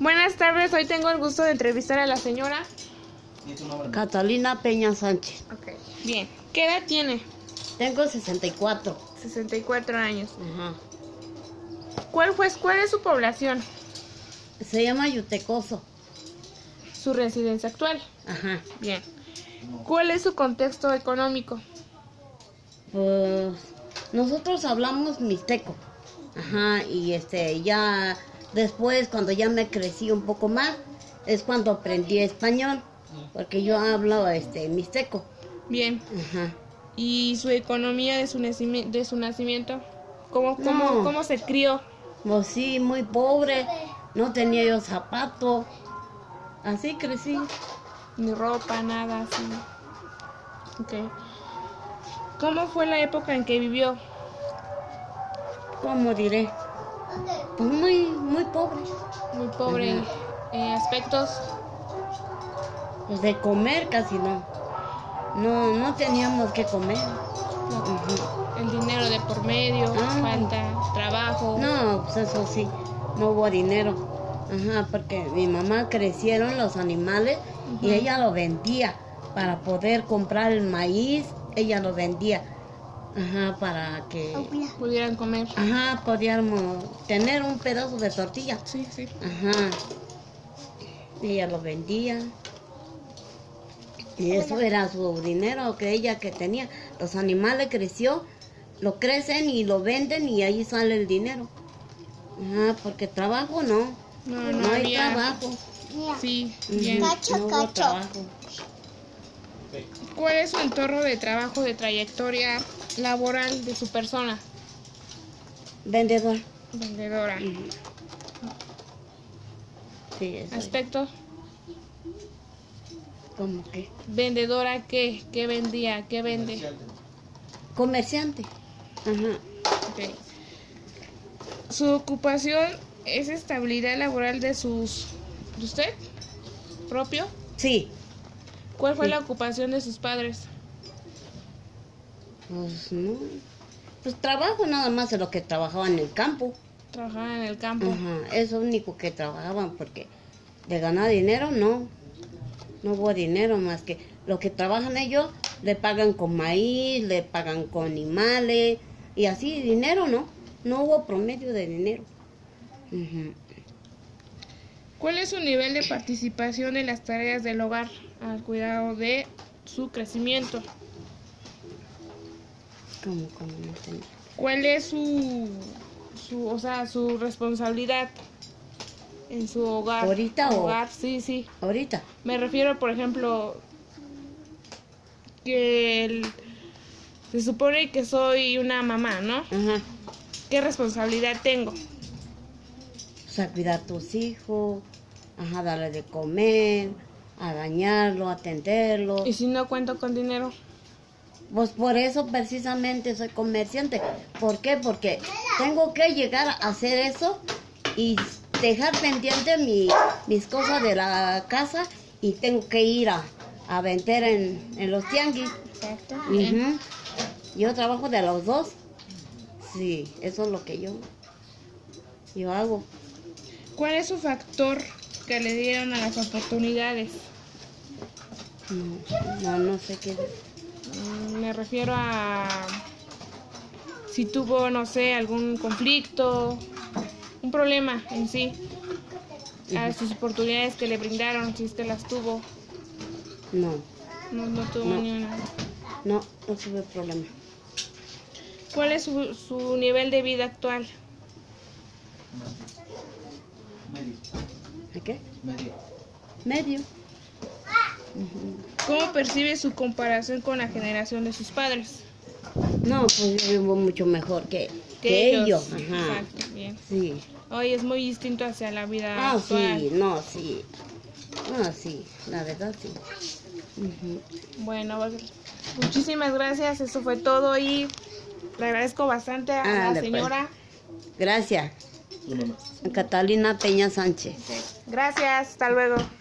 Buenas tardes, hoy tengo el gusto de entrevistar a la señora. Catalina Peña Sánchez. Ok. Bien, ¿qué edad tiene? Tengo 64. 64 años. Ajá. ¿Cuál, fue, ¿Cuál es su población? Se llama Yutecoso. Su residencia actual. Ajá. Bien. ¿Cuál es su contexto económico? Pues nosotros hablamos mixteco. Ajá. Y este, ya después, cuando ya me crecí un poco más, es cuando aprendí español. Porque yo hablo este, mixteco. Bien. Ajá. ¿Y su economía de su, nacimi- de su nacimiento? ¿Cómo, No. cómo, ¿Cómo se crió? Pues sí, muy pobre. No tenía yo zapato. Así crecí. Ni ropa, nada así. Ok. ¿Cómo fue la época en que vivió? ¿Cómo diré? Pues muy, muy pobre. Muy pobre en en aspectos. Pues de comer casi no. No, no teníamos que comer. No, Ujú. El dinero de por medio, Ah. falta, trabajo. No, pues eso sí, no hubo dinero. Ajá, porque mi mamá crecieron los animales y ella lo vendía para poder comprar el maíz, ella lo vendía. Ajá, para que Pudieran comer. ajá, podíamos tener un pedazo de tortilla. Sí, sí. Ajá. Ella lo vendía. Y eso era su dinero que ella que tenía. Los animales creció, lo crecen y lo venden y ahí sale el dinero. Ajá, porque trabajo no. No, No, no, hay había. trabacho, Sí, bien. no hubo trabajo. ¿Cuál es su entorno de trabajo, de trayectoria laboral de su persona? Vendedor. Vendedora. Ujú. Sí, eso es. Aspecto, ¿Cómo que? vendedora, ¿qué? ¿Qué vendía? ¿Qué vende? Comerciante. Ajá. Ok. ¿Su ocupación es estabilidad laboral de sus... de usted? ¿Propio? Sí. ¿Cuál fue Sí. la ocupación de sus padres? Pues no. Pues trabajo nada más de lo que trabajaba en el campo. Trabajaban en el campo. Ajá, es lo único que trabajaban porque de ganar dinero no. No hubo dinero más que lo que trabajan ellos le pagan con maíz, le pagan con animales y así dinero no. No hubo promedio de dinero. Ujú. ¿Cuál es su nivel de participación en las tareas del hogar al cuidado de su crecimiento? ¿Cómo, cómo no tenía? ¿Cuál es su, su, o sea, su responsabilidad en su hogar? ¿Ahorita o- hogar, sí, sí. Ahorita, Me refiero, por ejemplo, que el- se supone que soy una mamá, ¿no? ajá, ¿Qué responsabilidad tengo? pues a cuidar a tus hijos, ajá, darle de comer, a bañarlo, atenderlo. Y si no cuento con dinero, Pues por eso precisamente soy comerciante. ¿Por qué? Porque tengo que llegar a hacer eso y dejar pendiente mi- mis cosas de la casa y tengo que ir a, a vender en, en los tianguis. exacto. Ujú. Yo trabajo de los dos. Sí, eso es lo que yo, yo hago. ¿Cuál es su factor que le dieron a las oportunidades? No, no, no sé qué. Mm, Me refiero a si tuvo, no sé, algún conflicto, un problema en sí, a sus oportunidades que le brindaron, si usted las tuvo, No, no, no tuvo No. ni una. no, no tuve problema. ¿Cuál es su, su nivel de vida actual? ¿A qué? Medio. Ujú. ¿Cómo percibe su comparación con la generación de sus padres? No, pues yo vivo mucho mejor que, que ellos. Ajá. Exacto, bien. Sí. Hoy es muy distinto hacia la vida Ah, actual. sí, no, sí. Ah, sí, la verdad sí. Ujú. Bueno, pues, muchísimas gracias, eso fue todo y le agradezco bastante a la Ándale, pues. señora. Gracias. Catalina Peña Sánchez. Gracias, hasta luego.